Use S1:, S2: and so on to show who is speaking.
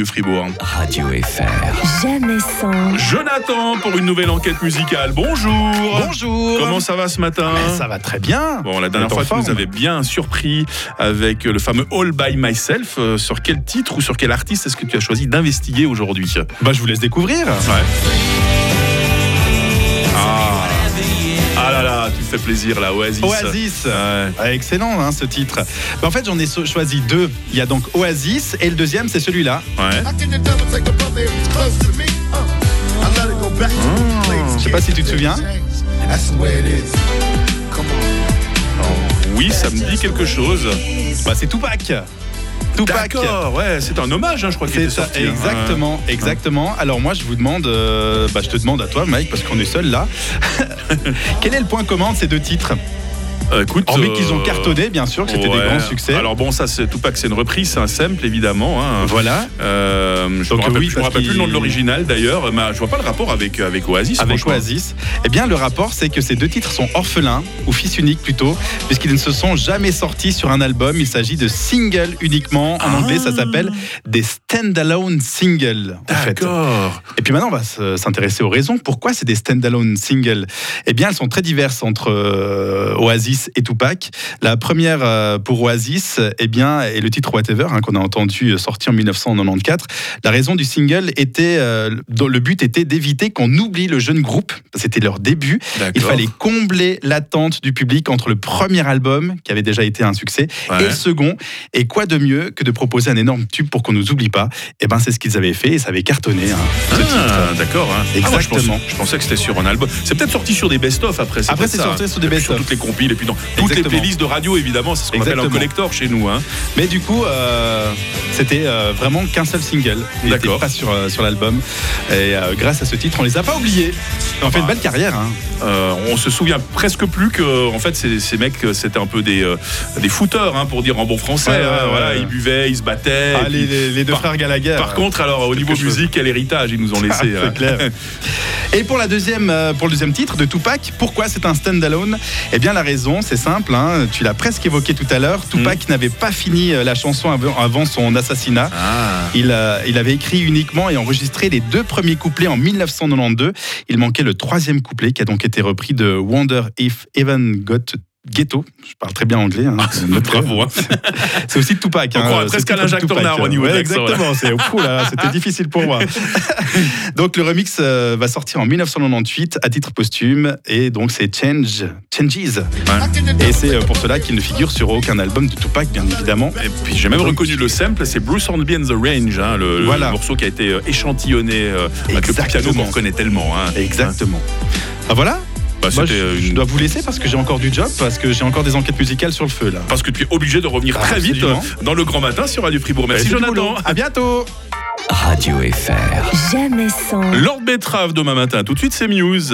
S1: de Fribourg.
S2: Radio FR.
S3: Jamais sans,
S1: Jonathan pour une nouvelle enquête musicale. Bonjour.
S4: Bonjour.
S1: Comment ça va ce matin
S4: Ben, Ça va très bien.
S1: Bon, la dernière
S4: Vous êtes en
S1: fois, tu nous
S4: forme
S1: avais bien surpris avec le fameux All by Myself. Euh, Sur quel titre ou sur quel artiste est-ce que tu as choisi d'investiguer aujourd'hui
S4: Bah, je vous laisse découvrir.
S1: Ah. Ah là là, tu me fais plaisir là, Oasis.
S4: Oasis.
S1: Ouais.
S4: Ouais, excellent hein, ce titre. Bah, en fait, j'en ai so- choisi deux. Il y a donc Oasis et le deuxième, c'est celui-là.
S1: Ouais.
S5: I can never take a brother if it's close to me. Uh, I let it go back to the place.
S4: Hmm. Je sais pas si tu te souviens.
S5: That's the way it is. Come on.
S1: Oui, ça me dit quelque chose.
S4: Bah, c'est Tupac. Tupac.
S1: D'accord, ouais, c'est un hommage, hein, je crois qu'il
S4: C'est
S1: était
S4: ça,
S1: sorti. hein.
S4: exactement, exactement. Alors moi, je vous demande, euh, bah, je te demande à toi, Mike, parce qu'on est seul là. Quel est le point commun de ces deux titres
S1: Euh, écoute,
S4: Hormis
S1: euh,
S4: qu'ils ont cartonné, bien sûr, que c'était
S1: ouais.
S4: des grands succès.
S1: Alors bon, ça, c'est Tupac, c'est une reprise, c'est un sample, évidemment. hein.
S4: voilà.
S1: Euh, je ne
S4: Donc,
S1: me rappelle,
S4: oui,
S1: je me
S4: parce
S1: rappelle plus le nom de
S4: qu'il-
S1: l'original d'ailleurs, mais je vois pas le rapport avec, avec Oasis.
S4: avec
S1: franchement.
S4: Oasis. Eh bien, le rapport, c'est que ces deux titres sont orphelins, ou fils uniques plutôt, puisqu'ils ne se sont jamais sortis sur un album. Il s'agit de singles uniquement. En
S1: Ah.
S4: anglais, ça s'appelle des standalone singles. en fait.
S1: D'accord.
S4: Et puis maintenant, on va se- s'intéresser aux raisons. Pourquoi c'est des standalone singles Eh bien, elles sont très diverses entre euh, Oasis et Tupac. La première euh, pour Oasis, eh bien, est le titre Whatever hein, qu'on a entendu euh, sorti en 1994. La raison du single était, euh, dont le but était d'éviter qu'on oublie le jeune groupe. C'était leur début. Il fallait combler l'attente du public entre le premier album, qui avait déjà été un succès,
S1: Ouais.
S4: et le second. Et quoi de mieux que de proposer un énorme tube pour qu'on nous oublie pas Eh ben, c'est ce qu'ils avaient fait et ça avait cartonné. hein,
S1: Ah,
S4: ce titre.
S1: d'accord. hein. Ah, moi, je pensais-
S4: Exactement.
S1: je, pensais que c'était sur un album. C'est peut-être sorti sur des best-of après.
S4: Après,
S1: peut-être
S4: c'est
S1: ça. hein.
S4: sorti sur des
S1: Et puis Sur
S4: best-of.
S1: toutes les compiles et puis dans toutes les
S4: Exactement.
S1: playlists de radio, évidemment. C'est ce qu'on appelle un
S4: Exactement.
S1: collector chez nous. hein.
S4: Mais du coup, euh, c'était euh, vraiment qu'un seul single. Il n'était
S1: D'accord.
S4: pas sur, euh, sur l'album. Et euh, grâce à ce titre, on les a pas oubliés. On fait une belle carrière. hein.
S1: Euh, on se souvient presque plus que, en fait, ces, ces mecs, c'était un peu des, euh, des footeurs, hein, pour dire en bon français.
S4: Ouais, ouais,
S1: hein,
S4: ouais,
S1: voilà,
S4: ouais.
S1: Ils buvaient, ils se battaient.
S4: Ah,
S1: et
S4: les,
S1: Eh, puis-
S4: les- les deux
S1: par-
S4: frères Gallagher.
S1: par contre, alors au niveau
S4: quelque chose. Ah,
S1: musique, quel héritage ils nous ont laissé. hein.
S4: C'est clair. Et pour, la deuxième, euh, pour le deuxième titre de Tupac, pourquoi c'est un standalone Eh bien, la raison, c'est simple. hein, tu l'as presque évoqué tout à l'heure. Tupac
S1: Hmm.
S4: n'avait pas fini euh, la chanson avant- avant son assassinat.
S1: Ah.
S4: Il, euh, il avait écrit uniquement et enregistré les deux premiers couplets en 1992. Il manquait le troisième couplet qui a donc été repris de Wonder If Even Got Ghetto. Je parle très bien anglais. hein.
S1: Bravo. hein.
S4: C'est aussi de Tupac.
S1: On
S4: hein,
S1: croirait
S4: euh,
S1: presque
S4: ce titre
S1: Alain
S4: de
S1: Jacques
S4: Tupac,
S1: Tornard au
S4: euh,
S1: niveau de
S4: ouais,
S1: l'accent,
S4: Exactement, c'est fou là, c'était difficile pour moi. donc le remix euh, va sortir en 1998 à titre posthume et donc c'est Change, Changes.
S5: I can never
S4: Et c'est euh, pour cela qu'il ne figure sur aucun album de Tupac, bien évidemment.
S1: Et puis j'ai même reconnu le sample, c'est Bruce Hornby and the Range, hein, le, le
S4: Voilà.
S1: morceau qui a été euh, échantillonné euh, avec le piano
S4: Exactement.
S1: qu'on reconnaît tellement. hein.
S4: Exactement. Ah voilà
S1: Bah,
S4: Moi,
S1: c'était,
S4: je,
S1: euh,
S4: je
S1: une-
S4: dois vous laisser parce que j'ai encore du job, parce que j'ai encore des enquêtes musicales sur le feu là.
S1: Parce que tu es obligé de revenir
S4: Ah,
S1: très vite
S4: absolument. Bah,
S1: euh, dans le grand matin sur Radio Fribourg. Merci
S4: C'est du
S1: Jonathan.
S4: boulot. À bientôt.
S2: Radio FR.
S3: jamais sans.
S1: Lord Betrave demain matin. Tout de suite, c'est Muse.